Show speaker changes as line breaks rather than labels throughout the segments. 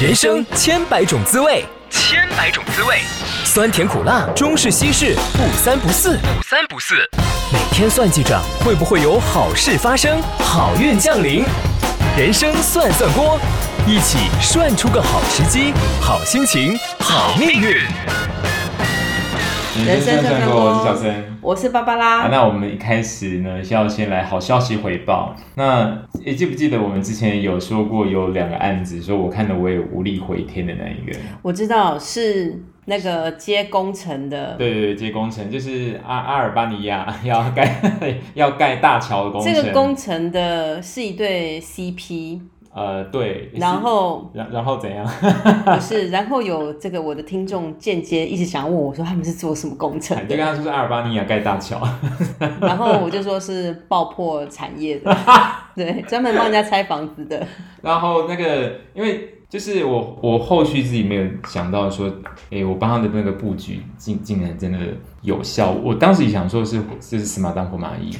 人生千百种滋味，千百种滋味，酸甜苦辣，中式西式，不三不四，不三不四。每天算计着会不会有好事发生，好运降临。人生算算锅，一起涮出个好时机，好心情，好命运。
人生
算
算
过，
过
我是小森。
我是芭芭
啊，
拉，
那我们一开始呢，要先来好消息回报。那诶，记不记得我们之前有说过有两个案子，说我看了我也无力回天的那一个？
我知道是那个接工程的，
对对对，接工程就是阿阿尔巴尼亚 要盖 要盖大桥的工程。
这个工程的是一对 CP，
呃对，
然后
然然后怎样？
不是，然后有这个我的听众间接一直想要问我说他们是做什么工程的
就跟，他说是阿尔巴尼亚盖大桥。
然后我就说是爆破产业 的，对，专门帮人家拆房子的，
然后那个，因为就是我我后续自己没有想到说，诶，我帮他的那个布局竟竟然真的有效。我当时也想说是就是死马当活马医，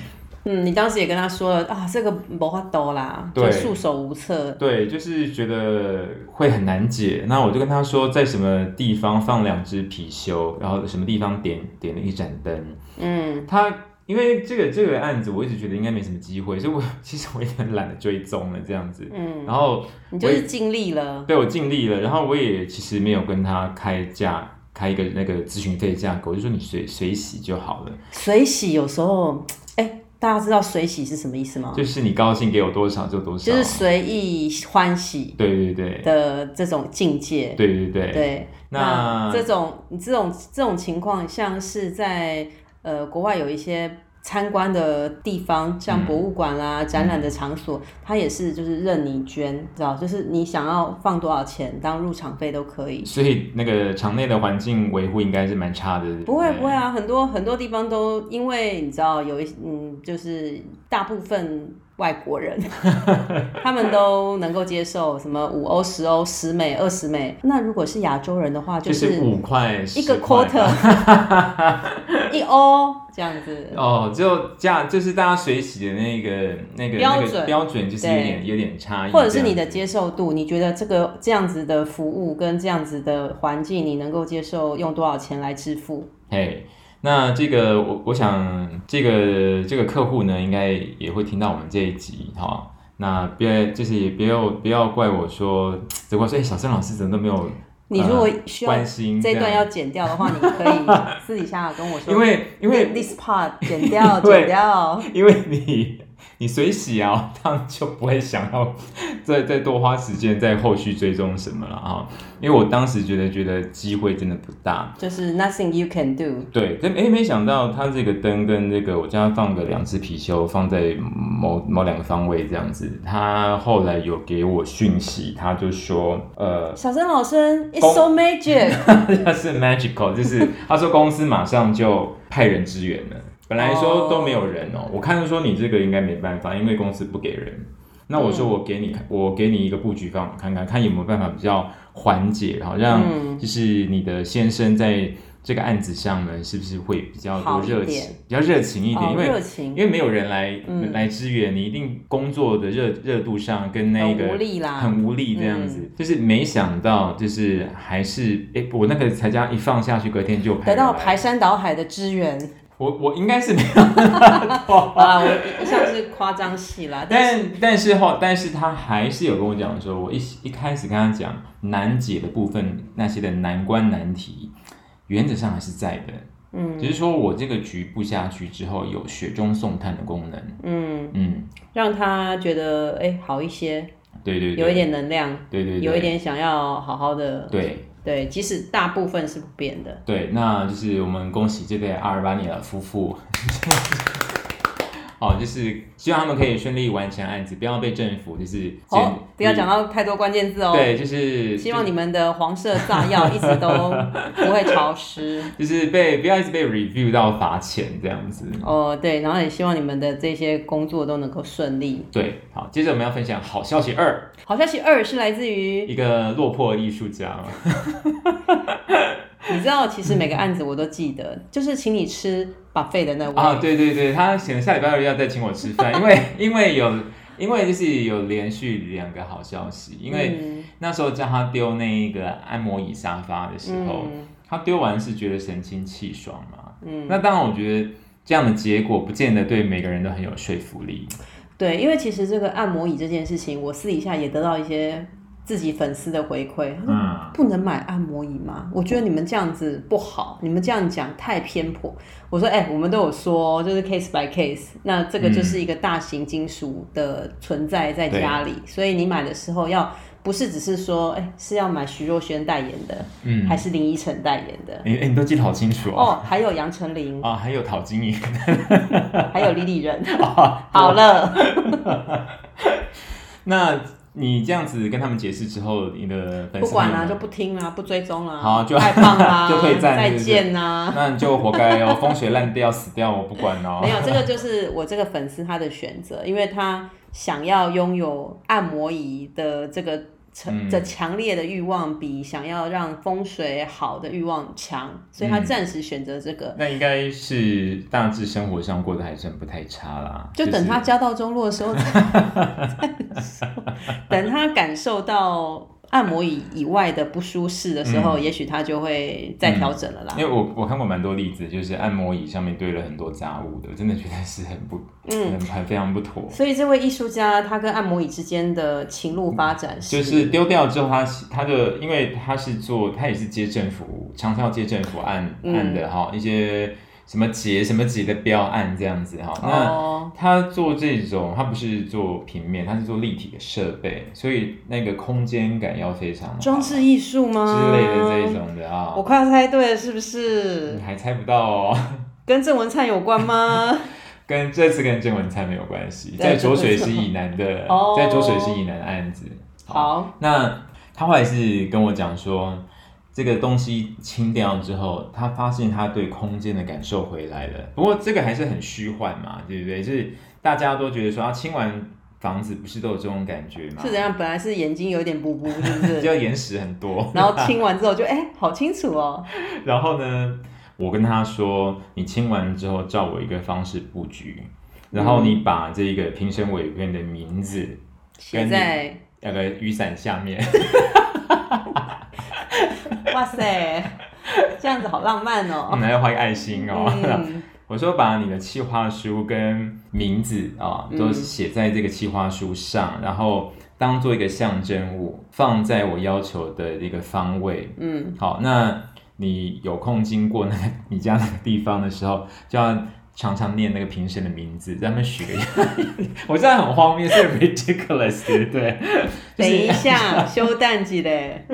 嗯，你当时也跟他说了啊，这个没法兜啦，就
对
束手无策，
对，就是觉得会很难解。那我就跟他说，在什么地方放两只貔貅，然后什么地方点点了一盏灯，
嗯，
他因为这个这个案子，我一直觉得应该没什么机会，所以我 其实我有点懒得追踪了这样子。
嗯
然后
你就是尽力了，
对我尽力了，然后我也其实没有跟他开价，开一个那个咨询费价格，我就说你随随喜就好了，
水洗有时候，哎，大家知道水洗是什么意思吗？
就是你高兴给我多少就多少，
就是随意欢喜
对对对
的这种境界。
对对对，
对
那
这种你这种这种情况，像是在呃国外有一些参观的地方，
嗯
像博物馆啦、展览的场所，它也是就是任你捐，知道？就是你想要放多少钱当入场费都可以。
所以那个场内的环境维护应该是蛮差的，对
不会
对
不会，啊，很多很多地方都因为你知道有一嗯，就是大部分外国 人，他们都能够接受什么五欧、十欧、十美、二十美。那如果是亚洲人的话，
就是是五块
一个
10块
quarter 一欧这样子。
哦，就这样，就是大家水洗的那个那个
标
那
准
个标准，就是有点有点差异，
或者是你
这
的
样子
接受度，你觉得这个这样子的服务跟这样子的环境，你能够接受用多少钱来支付？
嘿。那这个我我想这个这个客户呢，应该也会听到我们这一集哈、那别就是也不要不要怪我说，只怪说哎、小盛老师怎么都没有呃
你如果需要
关心
这一
样
段要剪掉的话，你可以私底下跟我说。
因为因为
this part 剪掉，
因为
剪掉。
因为你你水洗啊，当然就不会想要再再多花时间在后续追踪什么了啊。因为我当时觉得觉得机会真的不大，
就是 nothing you can do，
对，但诶没想到它这个灯跟这个我家放个两只貔貅放在某某两个方位这样子，他后来有给我讯息，他就说呃
小生老生，it's
公
so magic 。
他是 magical，就是他说公司马上就派人支援了。本来说都没有人哦、我看他说你这个应该没办法，因为公司不给人。那我
嗯
说我给你，我给你一个布局方案看看，看有没有办法比较缓解，然后让
嗯
就是你的先生在这个案子上呢，是不是会比较多
好一
热
点
情，比较热情一点，
哦，
因为
热情，
因为没有人来、
嗯
来支援，你一定工作的热热度上跟那个
很无力啦
很无力这样
嗯
子。就是没想到，就是还是哎、诶我那个才这样一放下去，隔天就排
得到
了
排山倒海的支援。
我我应该是没有，
啊，我一向是夸张戏啦，但是
哦但但是后，但是他还是有跟我讲说，我一一开始跟他讲难解的部分，那些的难关难题，原则上还是在的。
嗯
只是说我这个局布下去之后，有雪中送炭的功能。
嗯，
嗯，
让他觉得哎、好一些，
对对对，
有一，点能量，
对对对，
有一，点想要好好的，
对。
对，即使大部分是不变的，
对，那就是我们恭喜这对阿尔巴尼亚夫妇。 哦，就是希望他们可以顺利完成案子，不要被政府就是
哦，不要讲
到
到太多关键字哦，
对，就是
希望你们的黄色炸药一直都不会潮湿。
就是被不要一直被 review 到罚钱这样子。
哦，对，然后也希望你们的这些工作都能够顺利。
对，好，接着我们要分享好消息二，
好消息二是来自于，
一个落魄艺术家，
嗯你知道，其实每个案子我都记得，就是请你吃把费的那位
啊啊，对对对，他显得下礼拜二要再请我吃饭，因为因为有因为就是有连续两个好消息，因为
嗯
那时候叫他丢那一个按摩椅沙发的时候，
嗯
他丢完是觉得神清气爽嘛。
嗯
那当然，我觉得这样的结果不见得对每个人都很有说服力。
对，因为其实这个按摩椅这件事情，我私底下也得到一些自己粉丝的回馈，他说
嗯，
不能买按摩椅吗？我觉得你们这样子不好，你们这样讲太偏颇。我说，哎、我们都有说，就是 case by case，那这个就是一个大型金属的存在在家里，
嗯
所以你买的时候要不是只是说，哎、是要买徐若瑄代言的，
嗯
还是林依晨代言的？
哎、哎你都记得好清楚哦。
哦，还有杨丞琳，
啊，还有陶晶莹，
还有李李仁。
哦
好了，
那你这样子跟他们解释之后，你的粉丝
不管啦、
们
就不听啦、不追踪啦、
好就
太棒啦、
就退战
再
是不是
见啦、
那你就活该哦，风水烂掉死掉，我不管 哦。
没有，这个就是我这个粉丝他的选择，因为他想要拥有按摩椅的这个
嗯
成这强烈的欲望，比想要让风水好的欲望强，所以他
嗯
暂时选择这个。
那应该是大致生活上过得还算不太差啦。
就等他
是
家道中落的 时候 再，再说等他感受到按摩椅以外的不舒适的时
嗯
候，也许他就会再调整了啦
因。为我我看过蛮多例子，就是按摩椅上面堆了很多杂物的，真的觉得是很不，
嗯
很很非常不妥。
所以这位艺术家他跟按摩椅之间的情路发展是，
就是丢掉之后他，是他的，因为他是做，他也是接政府，常常要接政府案
嗯
案的哈、一些什么节什么节的标案这样子哈。那
哦，
他做这种，他不是做平面，他是做立体的设备，所以那个空间感要非常好
装饰艺术吗？
之类的这一种嗯的啊。
我快要猜对了，是不是
你？还猜不到哦，
跟郑文灿有关吗？
跟这次跟郑文灿没有关系，
对
在浊水溪以南的
哦，
在浊水溪以南的案子。
好，
那他后来是跟我讲说，这个东西清掉之后，他发现他对空间的感受回来了。不过这个还是很虚幻嘛，对不对？就是大家都觉得说啊，清完房子不是都有这种感觉吗？
是怎样？本来是眼睛有点补补，是不？
就是岩石很多，
然后清完之后就哎、好清楚哦。
然后呢，我跟他说，你清完之后照我一个方式布局，然后
嗯
你把这个评审委员的名字
写在，
那个雨伞下面，
哇塞，这样子好浪漫哦。
还要画一个爱心哦。
嗯，
我说把你的企划书跟名字啊
嗯
都写在这个企划书上，然后当做一个象征物放在我要求的一个方位。
嗯，
好，那你有空经过那个你家那个地方的时候，就要常常念那个评审的名字，让他们许个愿。 我这样很荒谬，是 ridiculous，对不对？
等一
就是
下， 修蛋几嘞？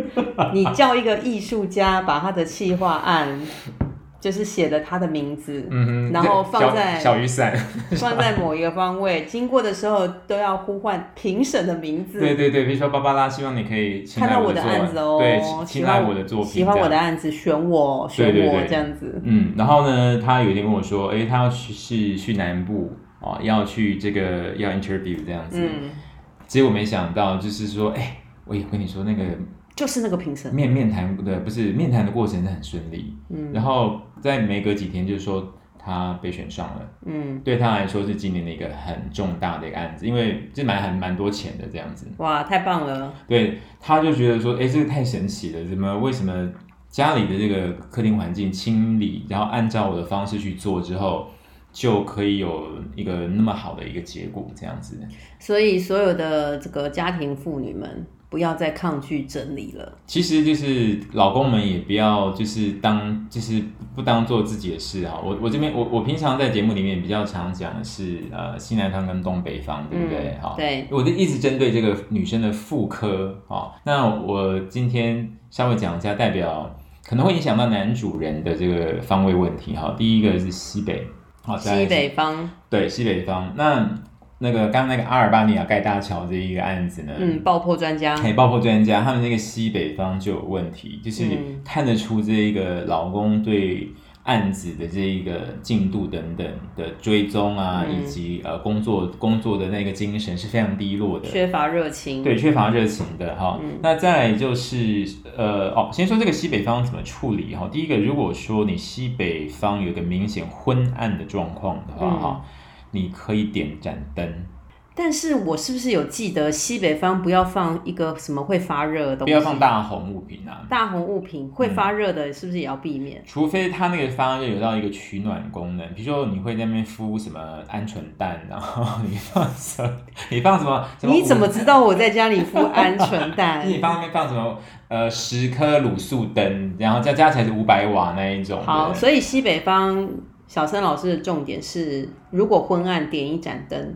你叫一个艺术家把他的企划案，就是写了他的名字，
嗯哼，
然后
小
放在
小雨伞，
放在某一个方位，经过的时候都要呼唤评审的名字。
对对对，比如说芭芭拉，希望你可以青睐
看到
我
的
作
案子哦，
对，
喜欢
青青睐我的作品，
喜欢我
这
的
样。
案子，选我，选
对对
我
对
这样子。
嗯，然后呢，他有一天跟我说，诶，他要去是去南部哦，要去这个要 interview 这样子。
嗯，
结果没想到就是说，诶，我也跟你说那个
就是那个评审，
面面谈对，不是面谈的过程是很顺利，
嗯
然后在没隔几天就说他被选上了，
嗯，
对他来说是今年的一个很重大的一个案子，因为这蛮很蛮多钱的这样子。
哇，太棒了，
对，他就觉得说，哎，这个太神奇了，怎么为什么家里的这个客厅环境清理，然后按照我的方式去做之后，就可以有一个那么好的一个结果，这样子。
所以所有的这个家庭妇女们，不要再抗拒整理了。
其实就是老公们也不要就是当就是不当做自己的事哈。我我这边我我平常在节目里面比较常讲的是呃西南方跟东北方，对不对？
嗯
哈、
对，
我就一直针对这个女生的妇科哦。那我今天稍微讲一下，代表可能会影响到男主人的这个方位问题哈。第一个是西北，好、再来
西
是
北方，
对西北方。那那个刚刚那个阿尔巴尼亚盖大桥这一个案子呢，
嗯，爆破专家，
嘿，爆破专家他们那个西北方就有问题，就是
嗯
看得出这一个老公对案子的这一个进度等等的追踪啊，
嗯
以及呃工作工作的那个精神是非常低落的。
缺乏热情，
对，缺乏热情的哈、
嗯
那再来就是呃哦，先说这个西北方怎么处理哈、第一个，如果说你西北方
嗯
有一个明显昏暗的状况的话哈、你可以点盏灯。
但是我是不是有记得西北方不要放一个什么会发热的东
不
西？
要放大红物品啊，
大红物品，会发热的是不是也要避免？
除非它那个发热有到一个取暖功能，比如说你会在那边敷什么鹌鹑蛋，然后你放什么，你放什么，什
你怎么
五
知道我在家里敷鹌鹑蛋？
你放那边放什么？呃，十颗卤素灯，然后再加起来是五百瓦那一种的。
好，所以西北方小森老师的重点是，如果昏暗点一盏灯，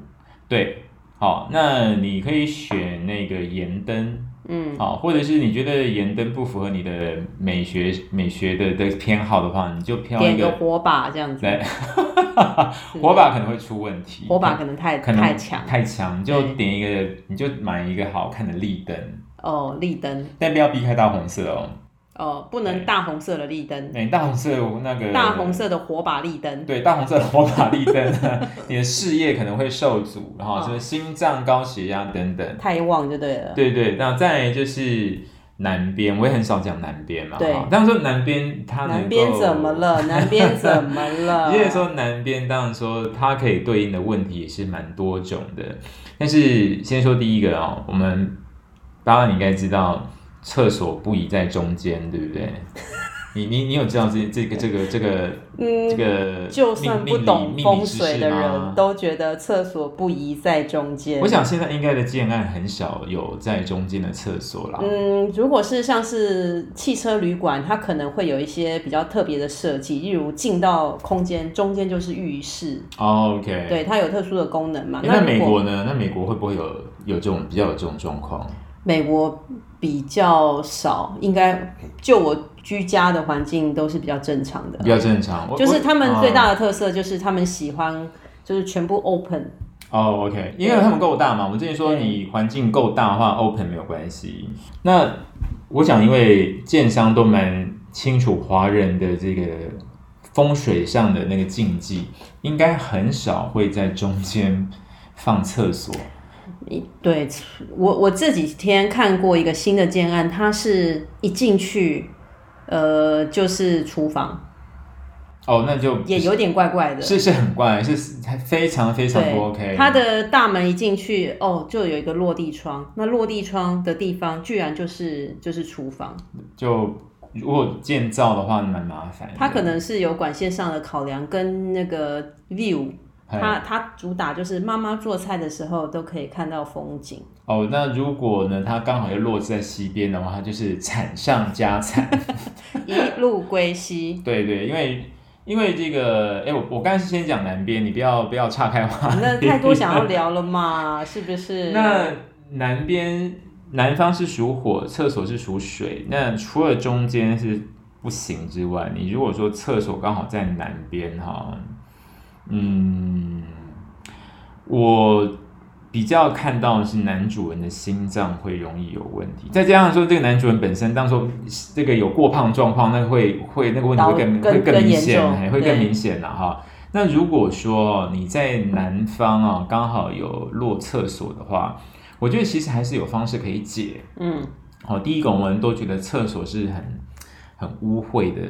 对，好，那你可以选那个盐灯，
嗯，
好，或者是你觉得盐灯不符合你的美学美学的的偏好的话，你就挑
点
一
个
个
火把这样子，
对，火把可能会出问题，
火把可能太
可能
太强
太强，你就
对
点一个，你就买一个好看的立灯，
哦，立灯
但不要避开大红色哦。
哦，不能
对
大红色的立灯，
那、大红色那个
大红色的火把立灯，
对，大红色的火把立灯， 你的事业可能会受阻，然后
哦
什么心脏高血压等等。
太旺就对了。
对对，那再来就是南边，我也很少讲南边嘛。
对
哈当然说南边它能
南边
够
怎么？了？南边怎么 了？
因为说南边，当然说它可以对应的问题也是蛮多种的。但是先说第一个哦，我们当然你应该知道，厕所不宜在中间，对不 对？你你你有知道这这个这个这个
嗯
这个
就算
命
不
命理
懂
命理
风
知
水
识
的
吗
人都觉得厕所不宜在中间
我。想现在应该的建案很少有在中间的厕所啦。
嗯，如果是像是汽车旅馆，它可能会有一些比较特别的设计，例如进到空间中间就是浴室，
o k
对，它有特殊的功能嘛。
那
啊如
美
果
国呢？那美国会不会有有这种比较有这种状况？
美国比较少，应该就我居家的环境都是比较正常的
比，较正常，我啊
就是他们最
我
大的特色就是他们喜欢就是全部 open，
哦、o k 因为他们够大嘛。我们之前说
对
你环境够大的话，open 没有关系。那我想，因为建商都蛮清楚华人的这个风水上的那个禁忌，应该很少会在中间放厕所。
对我我这几天看过一个新的建案，它是一进去，呃，就是厨房，
哦，那就
也有点怪怪的。
是是很怪，是非常非常不 OK。
它的大门一进去，哦，就有一个落地窗。那落地窗的地方，居然就是就是厨房。
就如果建造的话，蛮麻烦的。
它可能是有管线上的考量，跟那个 view，
嘿
它它主打就是妈妈做菜的时候都可以看到风景。
哦，那如果呢，它刚好又落在西边的话，它就是惨上 加惨。
一路归 西，
对对，因为因为这个，哎，我我刚才是先讲南边，你不要不要岔开话题。
那太多想要聊了嘛，是不是？
那南边南方是属火，厕所是属水。那除了中间是不行之外，你如果说厕所刚好在南边哈，嗯，我比较看到的是男主人的心脏会容易有问题，再加上说这个男主人本身当初这个有过胖状况，那会会那个问题会更
高
会
更更
明
严
显，哎
重
还会更
对
明显了哈。那如果说你在南方啊，刚好有落厕所的话，我觉得其实还是有方式可以解。
嗯
好、第一个我们都觉得厕所是很很污秽的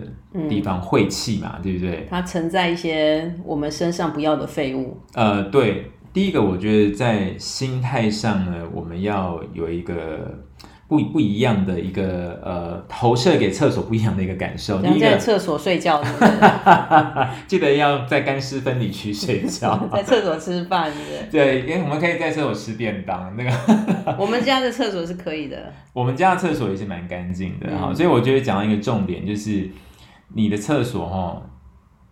地
嗯
方，晦气嘛，对不对？
它承载一些我们身上不要的废物。
呃，对，第一个我觉得在心态上呢，我们要有一个不不一样的一个呃投射给厕所不一样的一个感受。哦第
然后
一
在
个，
厕所睡觉是不是，。
记得要在干湿分离区睡觉
在厕所吃饭是不是，
对，因为我们可以在厕所吃便当，那个
我们家的厕所是可以的。
我们家的厕所也是蛮干净的哈、
嗯
所以我觉得讲到一个重点就是，你的厕所哈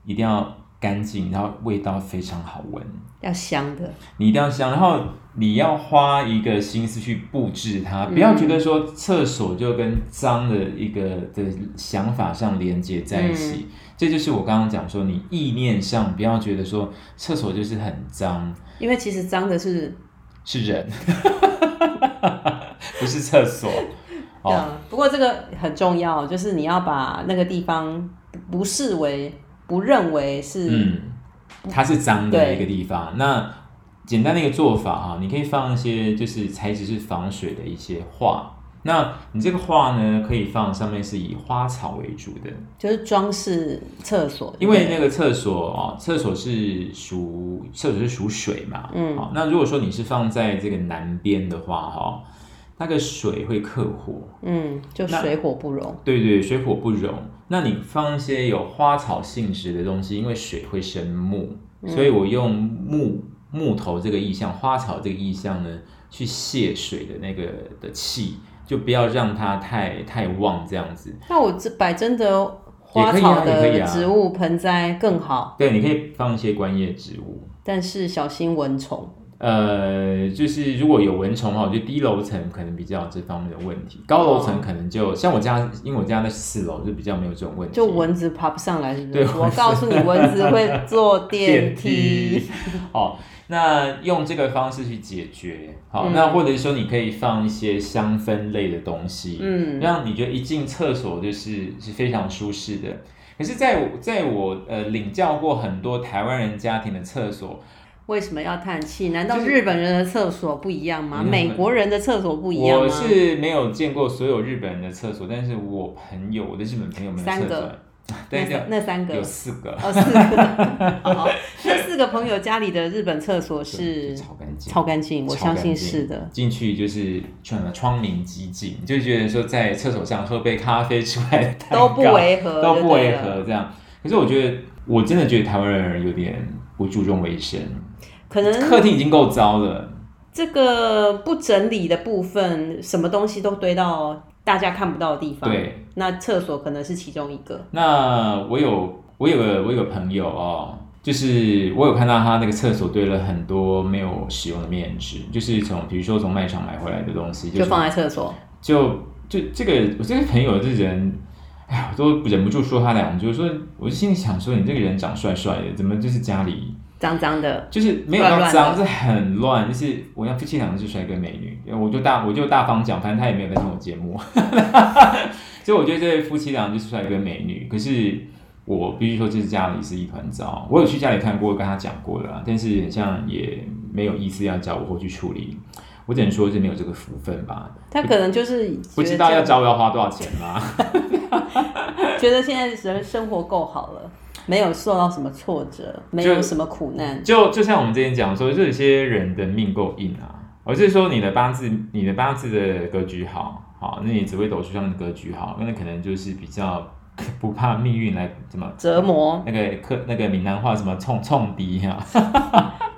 一定要干净，然后味道非常好闻，
要香的，
你一定要香，然后你要花一个心思去布置它，不要觉得说厕所就跟脏的一个的想法上连接在一起，这就是我刚刚讲说，你意念上不要觉得说厕所就是很脏，
因为其实脏的是，
是人， 不是厕所。哦
嗯，不过这个很重要，就是你要把那个地方不不视为、不认为是，
嗯，它是脏的
对
一个地方。那简单的一个做法哈、你可以放一些就是材质是防水的一些画，那你这个画呢，可以放上面是以花草为主的，
就是装饰厕所，
因为那个厕所哦，厕所是属厕所是属水嘛，
嗯
好、那如果说你是放在这个南边的话，哈、那个水会克火，
嗯，就
那
水火不容，
对对，水火不容。那你放一些有花草性质的东西，因为水会生木，
嗯
所以我用木木头这个意象，花草这个意象呢，去泄水的那个的气，就不要让它太太旺这样子。
那我这摆真的花
也可以啊
草
也可以
的
啊
植物盆栽更好，
对，你可以放一些观叶植物。
但是小心蚊虫。
呃，就是如果有蚊虫的话，我觉得低楼层可能比较有这方面的问题，高楼
哦
层可能就、像我家，因为我家在四楼，就比较没有这种问题。
就蚊子爬不上来，是不
对
是？我告诉你，蚊子会坐电 梯。。
哦，那用这个方式去解决。好，
嗯
那或者是说你可以放一些香氛类的东西，
嗯
让你觉得一进厕所就是是非常舒适的。可是在我在我呃领教过很多台湾人家庭的厕所，
为什么要叹气？难道
就是
日本人的厕所不一样吗？
嗯
美国人的厕所不一样吗？
我是没有见过所有日本人的厕所，但是我朋友我的日本朋友们的
三
厕
个
所，
那
对，
三那三个
有四个，
哦，四个。 好，那四个朋友家里的日本厕所
对
是
就超干净，
超干净，我
超干
相
净
信是的。
进去就是什么窗明几净，就觉得说在厕所上喝杯咖啡出来的蛋糕
都不违和，
都不违
对了。
和这样。可是我觉得，我真的觉得台湾人有点不注重卫生，
可能
客厅已经够糟了。
这个不整理的部分，什么东西都堆到大家看不到的地方。
对，
那厕所可能是其中一个。
那我有我有个我有个朋友哦，就是我有看到他那个厕所堆了很多没有使用的面纸，就是从比如说从卖场买回来的东西，
就放
是
在厕所，
就就这个我这个朋友这人，哎呀，我都忍不住说他两句，我说我就心里想说你这个人长帅帅的，怎么就是家里
脏脏的。
就是没有到
乱乱的
脏，是很乱，就是我要夫妻俩是帅哥美女，我就大我就大方讲，反正他也没有在听我节目， 所以我觉得这对夫妻俩就是帅哥美女，可是我必须说这是家里是一团糟，我有去家里看过，跟他讲过了啦，啊但是很像也没有意思要找我或去处理。我只能说是没有这个福分吧，
他可能就是
不
觉
知
得
道
这
要
样
找我要花多少钱吗？
觉得现在人生活够好了，没有受到什么挫折，没有什么苦难。
就就像我们之前讲说，就有些人的命够硬啊，而是说你的八字，你的八字的格局好，好，那你紫微斗数上的格局好，那可能就是比较 不怕命运来怎么
折磨、
那个客那个闽南话什么冲冲敌哈、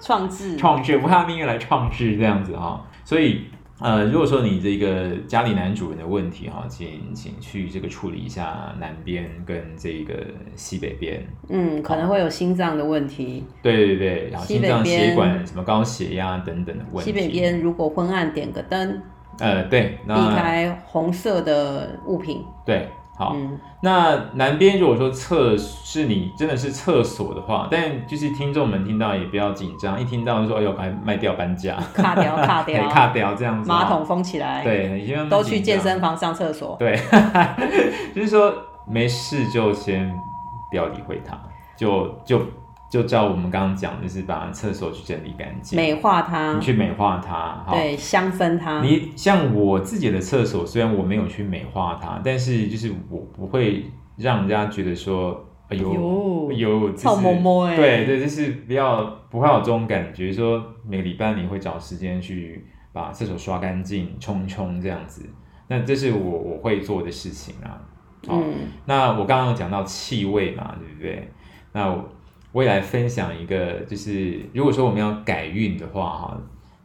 创制，
创制，不怕命运来创制这样子哈、所以。呃，如果说你这个家里男主人的问题哈、请请去这个处理一下南边跟这个西北边，
嗯，可能会有心脏的问题。
对对对，然后
西
心
北
脏血
边
管什么高血压等等的问
西
题。
北边如果昏暗，点个灯，
呃，对，
避
那
开红色的物品。
对，好。
嗯，
那南边如果说厕是你真的是厕所的话，但就是听众们听到也不要紧张，一听到就说哎呦，赶快卖掉搬家，
卡掉， 卡
对
掉，
卡掉这样子哦，
啊马桶封起来，，
对，你千万不
都去
紧
健
张
身，房上厕所。
对， 就是说没事就先不要理会它，就就就照我们刚刚讲，就是把厕所去整理干净，
美化
你
它，
去美化它，好。
对，香氛它，
你像我自己的厕所，虽然我没有去美化它，但是就是我不会让人家觉得说，哎呦
哎呦
哎呦，就是
臭摸摸欸
对对，就是不要不会有这种感觉，说每个礼拜你会找时间去把厕所刷干净、冲一冲这样子。那这是我我会做的事情啊。好，
嗯，
那我刚刚有讲到气味嘛，对不对？那我我也来分享一个，就是如果说我们要改运的话，哈，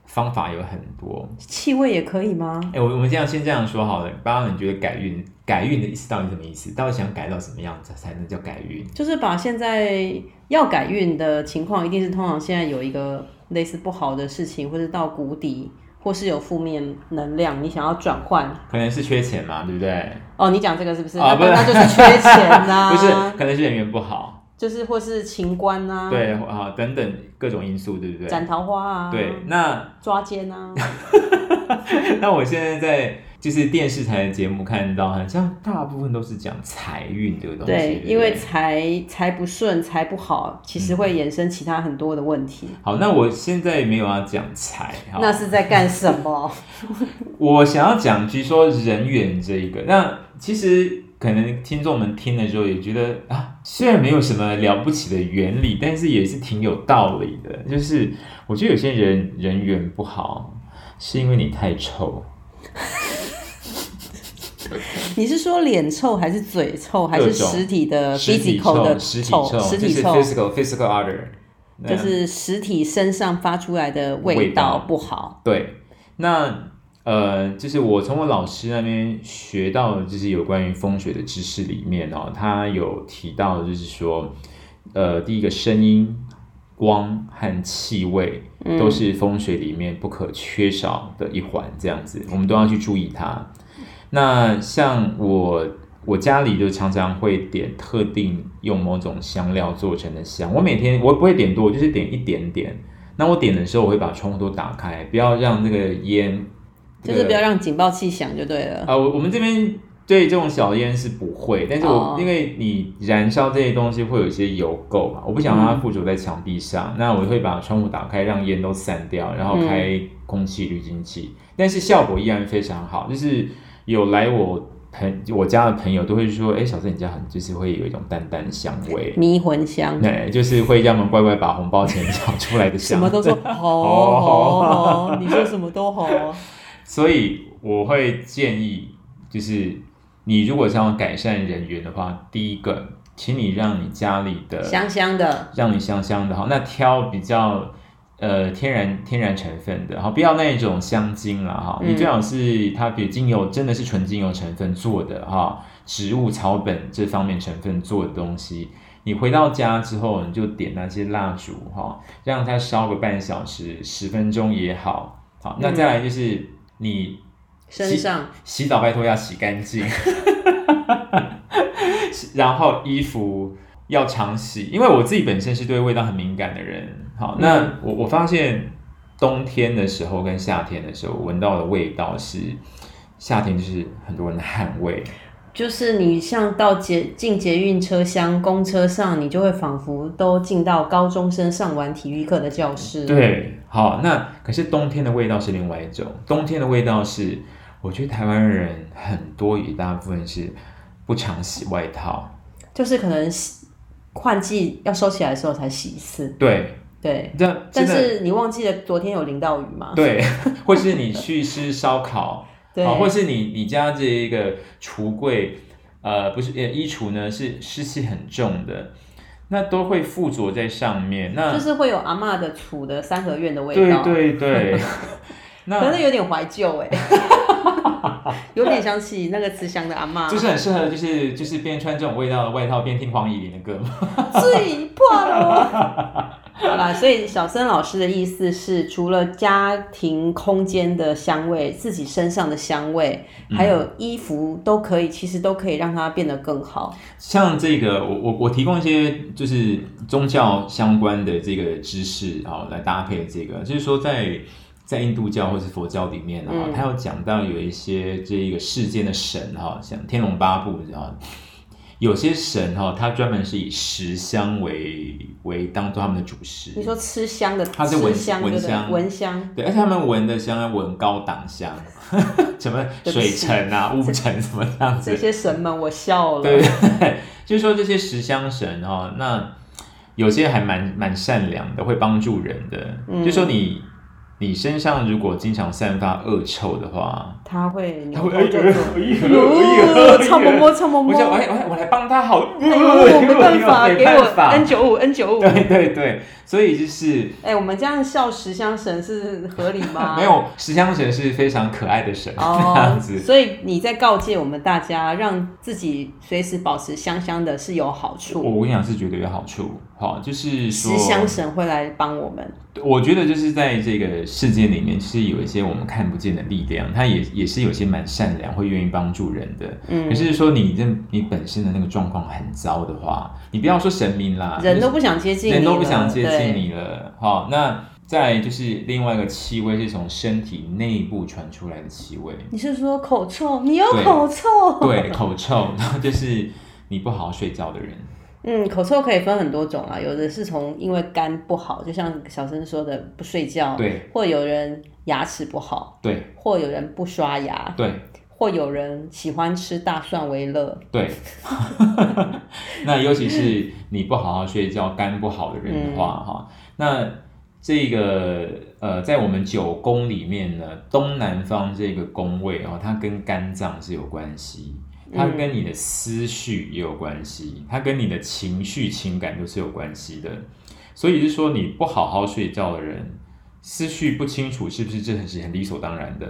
方法有很多。
气味也可以吗？
哎、我我们这样先这样说好了，爸爸，你觉得改运改运的意思到底什么意思？到底想改到什么样子才能叫改运？
就是把现在要改运的情况，一定是通常现在有一个类似不好的事情，或是到谷底，或是有负面能量，你想要转换。
可能是缺钱嘛，对不对？
哦，你讲这个是不是？
啊
那
不是
那就是缺钱呐、
不是，可能是人缘不好，
就是或是情关呐、啊，
对啊，等等各种因素，对不对？
斩桃花啊，
对，那
抓奸啊，
那我现在在就是电视台的节目看到，好像大部分都是讲财运这个东西。对
对
不，对，嗯
因为财财不顺、财不好，其实会衍生其他很多的问题。
好，那我现在没有要讲财，好
那是在干什么？
我想要讲，其实说人缘这一个，那其实可能听众们听了之后也觉得啊，虽然没有什么了不起的原理，但是也是挺有道理的。就是我觉得有些人人缘不好，是因为你太臭，
你是说脸臭还是嘴臭，还是
各种
实体的
实体
physical
臭，
的
实体
呃臭？实
就
体
是
臭
physical physical odor，那
就是实体身上发出来的
啊味
味
道
道不好。
对，那呃，就是我从我老师那边学到的，就是有关于风水的知识里面哦，他有提到，就是说，呃，第一个声音、光和气味
嗯
都是风水里面不可缺少的一环，这样子，我们都要去注意它。那像我。我家里就常常会点特定用某种香料做成的香，我每天我不会点多，就是点一点点，那我点的时候，我会把窗户都打开，不要让那个烟，
就是不要
让
让警报器响就对了。
啊、我我们这边对这种小烟是不会，但是我、
哦
因为你燃烧这些东西会有一些油垢嘛，我不想让它
嗯
附着在墙壁上，那我会把窗户打开，让烟都散掉，然后
嗯
开空气滤净器，但是效果依然非常好，就是有来我。朋我家的朋友都会说，哎、小郑，你家很就是会有一种淡淡的香味，
迷魂香，
对，就是会让他们乖乖把红包钱 找出来的香。
什么 都说
好
好好 好，你说什么都好。
所以我会建议，就是你如果想要改善人缘的话，第一个，请你让你家里的
香香的，
让你香香的哈，那挑比较呃天然天然成分的，好，不要那种香精啦哈，
嗯
你最好是它比如精油真的是纯精油成分做的哈，植物草本这方面成分做的东西。你回到家之后，你就点那些蜡烛哈，让它烧个半小时、十分钟也好。好，那再来就是你
身上
洗澡拜托要洗干净， 然后衣服要常洗，因为我自己本身是对味道很敏感的人。好，
嗯
那我我发现冬天的时候跟夏天的时候闻到的味道是，夏天就是很多人的汗味，
就是你像到捷进捷运车厢、公车上，你就会仿佛都进到高中生上完体育课的教室。，
对，好，那可是冬天的味道是另外一种，冬天的味道是，我觉得台湾人很多一大部分是不常洗外套，
就是可能洗换季要收起来的时候才洗一次。
对，
对，
这
但
真的
是你忘记了昨天有淋到雨吗？
对，啊或是你去吃烧烤，哦
对，
好，或是你你家这一个橱柜，呃，不是呃衣橱呢是湿气很重的，那都会附着在上面。那、
就是会有阿嬷的醋的三合院的味
嗯对
道。
对 对，
可
那
能有点怀旧 哎，有点想起那个慈祥的阿妈，
就是很适合就是就是边穿这种味道的外套边听黄以玲的歌嘛。
最破了。好啦，所以小森老师的意思是，除了家庭空间的香味、自己身上的香味，还有
嗯
衣服都可以，其实都可以让它变得更好。
像这个，我我我提供一些就是宗教相关的这个知识啊、哦，来搭配这个，就是说在在印度教或是佛教里面啊、
嗯
它有讲到有一些这个世间的神哈、像天龙八部啊、有些神哈、它专门是以十香为为当做他们的主食。
你说吃香的，
它是闻
吃香对
闻
不对？
香
闻香，
对，而且他们闻的香要闻高档香， 什么
对不
水
起
城啊、雾城什么这样子
这。些神们我笑了。
对，就是说这些十香神哦，那有些还蛮蛮善良的，会帮助人的。
嗯
就说你你身上如果经常散发恶臭的话，
他会扭
他会
头就 走。哦
呦
臭摸摸，臭摸摸
我。想，我还我还我来帮他好，
哎 呦，我没办法，
没
给
办
我
法
N 九五，N 九五。
对对对，所以就是
哎、我们这样笑十香神是合理吗？
没有十香神是非常可爱的神，
哦，
这样子。
所以你在告诫我们大家，让自己随时保持香香的是有好
我
处。
我跟你讲是绝对有好处，好，就是说
十香神会来帮我们，
我觉得就是在这个世界里面，是有一些我们看不见的力量，它也也是有些蛮善良，会愿意帮助人的。
嗯
可是说你这你本身的那个状况很糟的话，你不要说神明啦，
人都不想接近你了，
啊人都不想接
对
近。你了。好，那再来就是另外一个气味是从身体内部传出来的气味，
你是说口臭？你有
对
口臭？
对，口臭，然后就是你不好好睡觉的人，
嗯，口臭可以分很多种啊，有的是从因为肝不好，就像小生说的不睡觉，
对，
或有人牙齿不好，
对
或有人不刷牙，
对
或有人喜欢吃大蒜为乐，
对。 那尤其是你不好好睡觉、肝不好的人的话，哈、那这个呃，在我们九宫里面呢，东南方这个宫位哦，它跟肝脏是有关系。它
嗯
跟你的思绪也有关系，它跟你的情绪、情感都是有关系的。所以是说，你不好好睡觉的人，思绪不清楚，是不是这很是很理所当然的？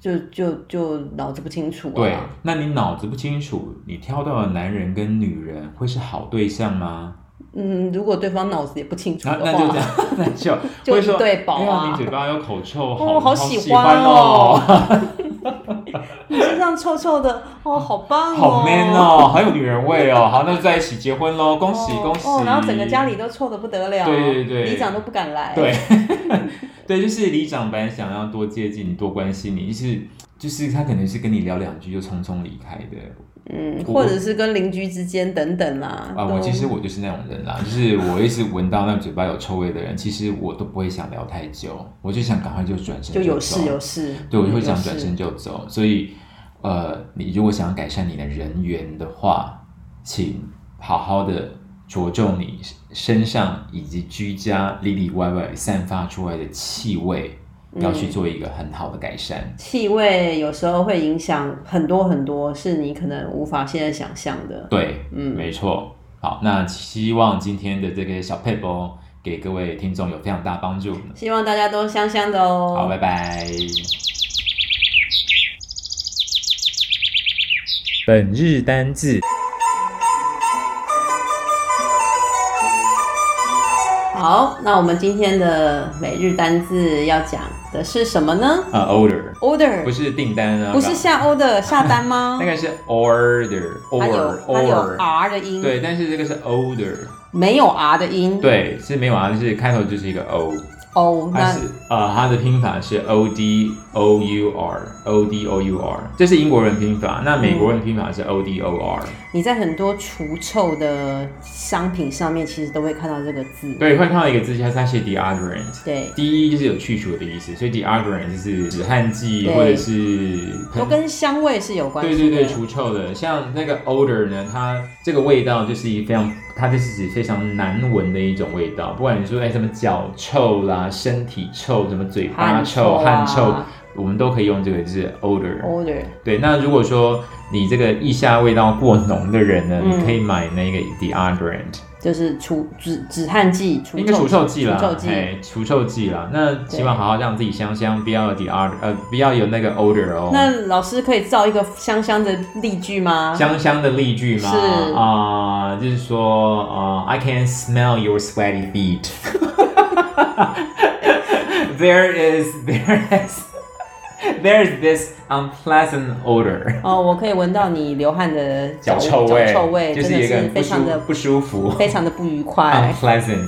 就就就脑子不清楚、啊。
对，那你脑子不清楚，你挑到的男人跟女人会是好对象吗？
嗯，如果对方脑子也不清楚
那
的话，
那就这样， 那就
就
会说，
对宝啊
哎呀，你嘴巴有口臭，好、
哦好喜
喜
欢
哦，
你身上臭臭的，哦，好棒哦，
好 man 哦，好有女人味哦。 好，那就在一起结婚
哦，
喽，恭喜、恭喜！
哦，然后整个家里都臭的不得了，
对对对
里长都不敢来，
对， 对，就是里长本来想要多接近你、多关心你，就是就是他可能是跟你聊两句就匆匆离开的。
嗯，
我
或者是跟邻居之间等等啦，
啊，
都
我其实我就是那种人啦，就是我一直闻到那嘴巴有臭味的人，其实我都不会想聊太久，我就想赶快就转身
就有
走
事有事，
对，我就会
嗯
想
有
转
事
身就走。所以，呃，你如果想要改善你的人缘的话，请好好的着重你身上以及居家里里外外散发出来的气味，要
嗯
去做一个很好的改善。
气味有时候会影响很多很多，是你可能无法现在想象的。
对，
嗯
没错。好，那希望今天的这个小 p a p e 给各位听众有非常大帮助。
希望大家都香香的哦。
好，拜拜。本日单字。
好，那我们今天的每日单字要讲的是什么呢
啊、o r d e r
？Order
不是订单啊，
不是下 order 下单吗
那？个是 order
它有
or
它有
or，
r 的音，
对，，但是这个是 order，
没有 r 的音，
对，是没有啊，就是开头就是一个 o，
o
它
那
是呃它的拼法是 o d o u r o d o u r，这是英国人拼法，那美
嗯
国人拼法是 o d o r，、
你在很多除臭的商品上面，其实都会看到这个字。
对，会看到一个字，它是它写 deodorant。
对，
第一就是有去除的意思，所以 deodorant 就是止汗剂
对
或者是
都跟香味是有关系
对
的。
对嗯对，除臭的，像那个 odor 呢，它这个味道就是一非常，它就是指非常难闻的一种味道。不管你说哎什么脚臭啦、身体臭、什么嘴巴
汗
臭、
啊哦
汗臭，我们都可以用这个字 odor。
order
对，那如果说你这个腋下味道过浓的人呢，
嗯
你可以买那个 deodorant，
就是除止止汗剂、除
应该除臭剂啦，
除臭剂。
哎，除臭剂啦。那希望好好让自己香香，不要 deodor，呃，不要有那个 odor 哦。
那老师可以造一个香香的例句吗？
香香的例句吗？
是
啊、就是说，呃、i can smell your sweaty feet. there is there is there is this unpleasant odor.
哦，我可以闻到你流汗的
脚臭味，
脚臭味
就
真
是
的
一
是
个很
非
不舒
常的
不舒服
非常的不愉 快。
，unpleasant。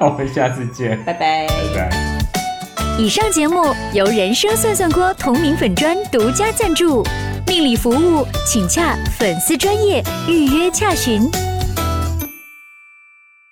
我 们下次 见，
拜拜。
拜拜。
以上节目由人生算算锅同名粉砖独家赞助，命理服务请洽粉丝专业预约洽询。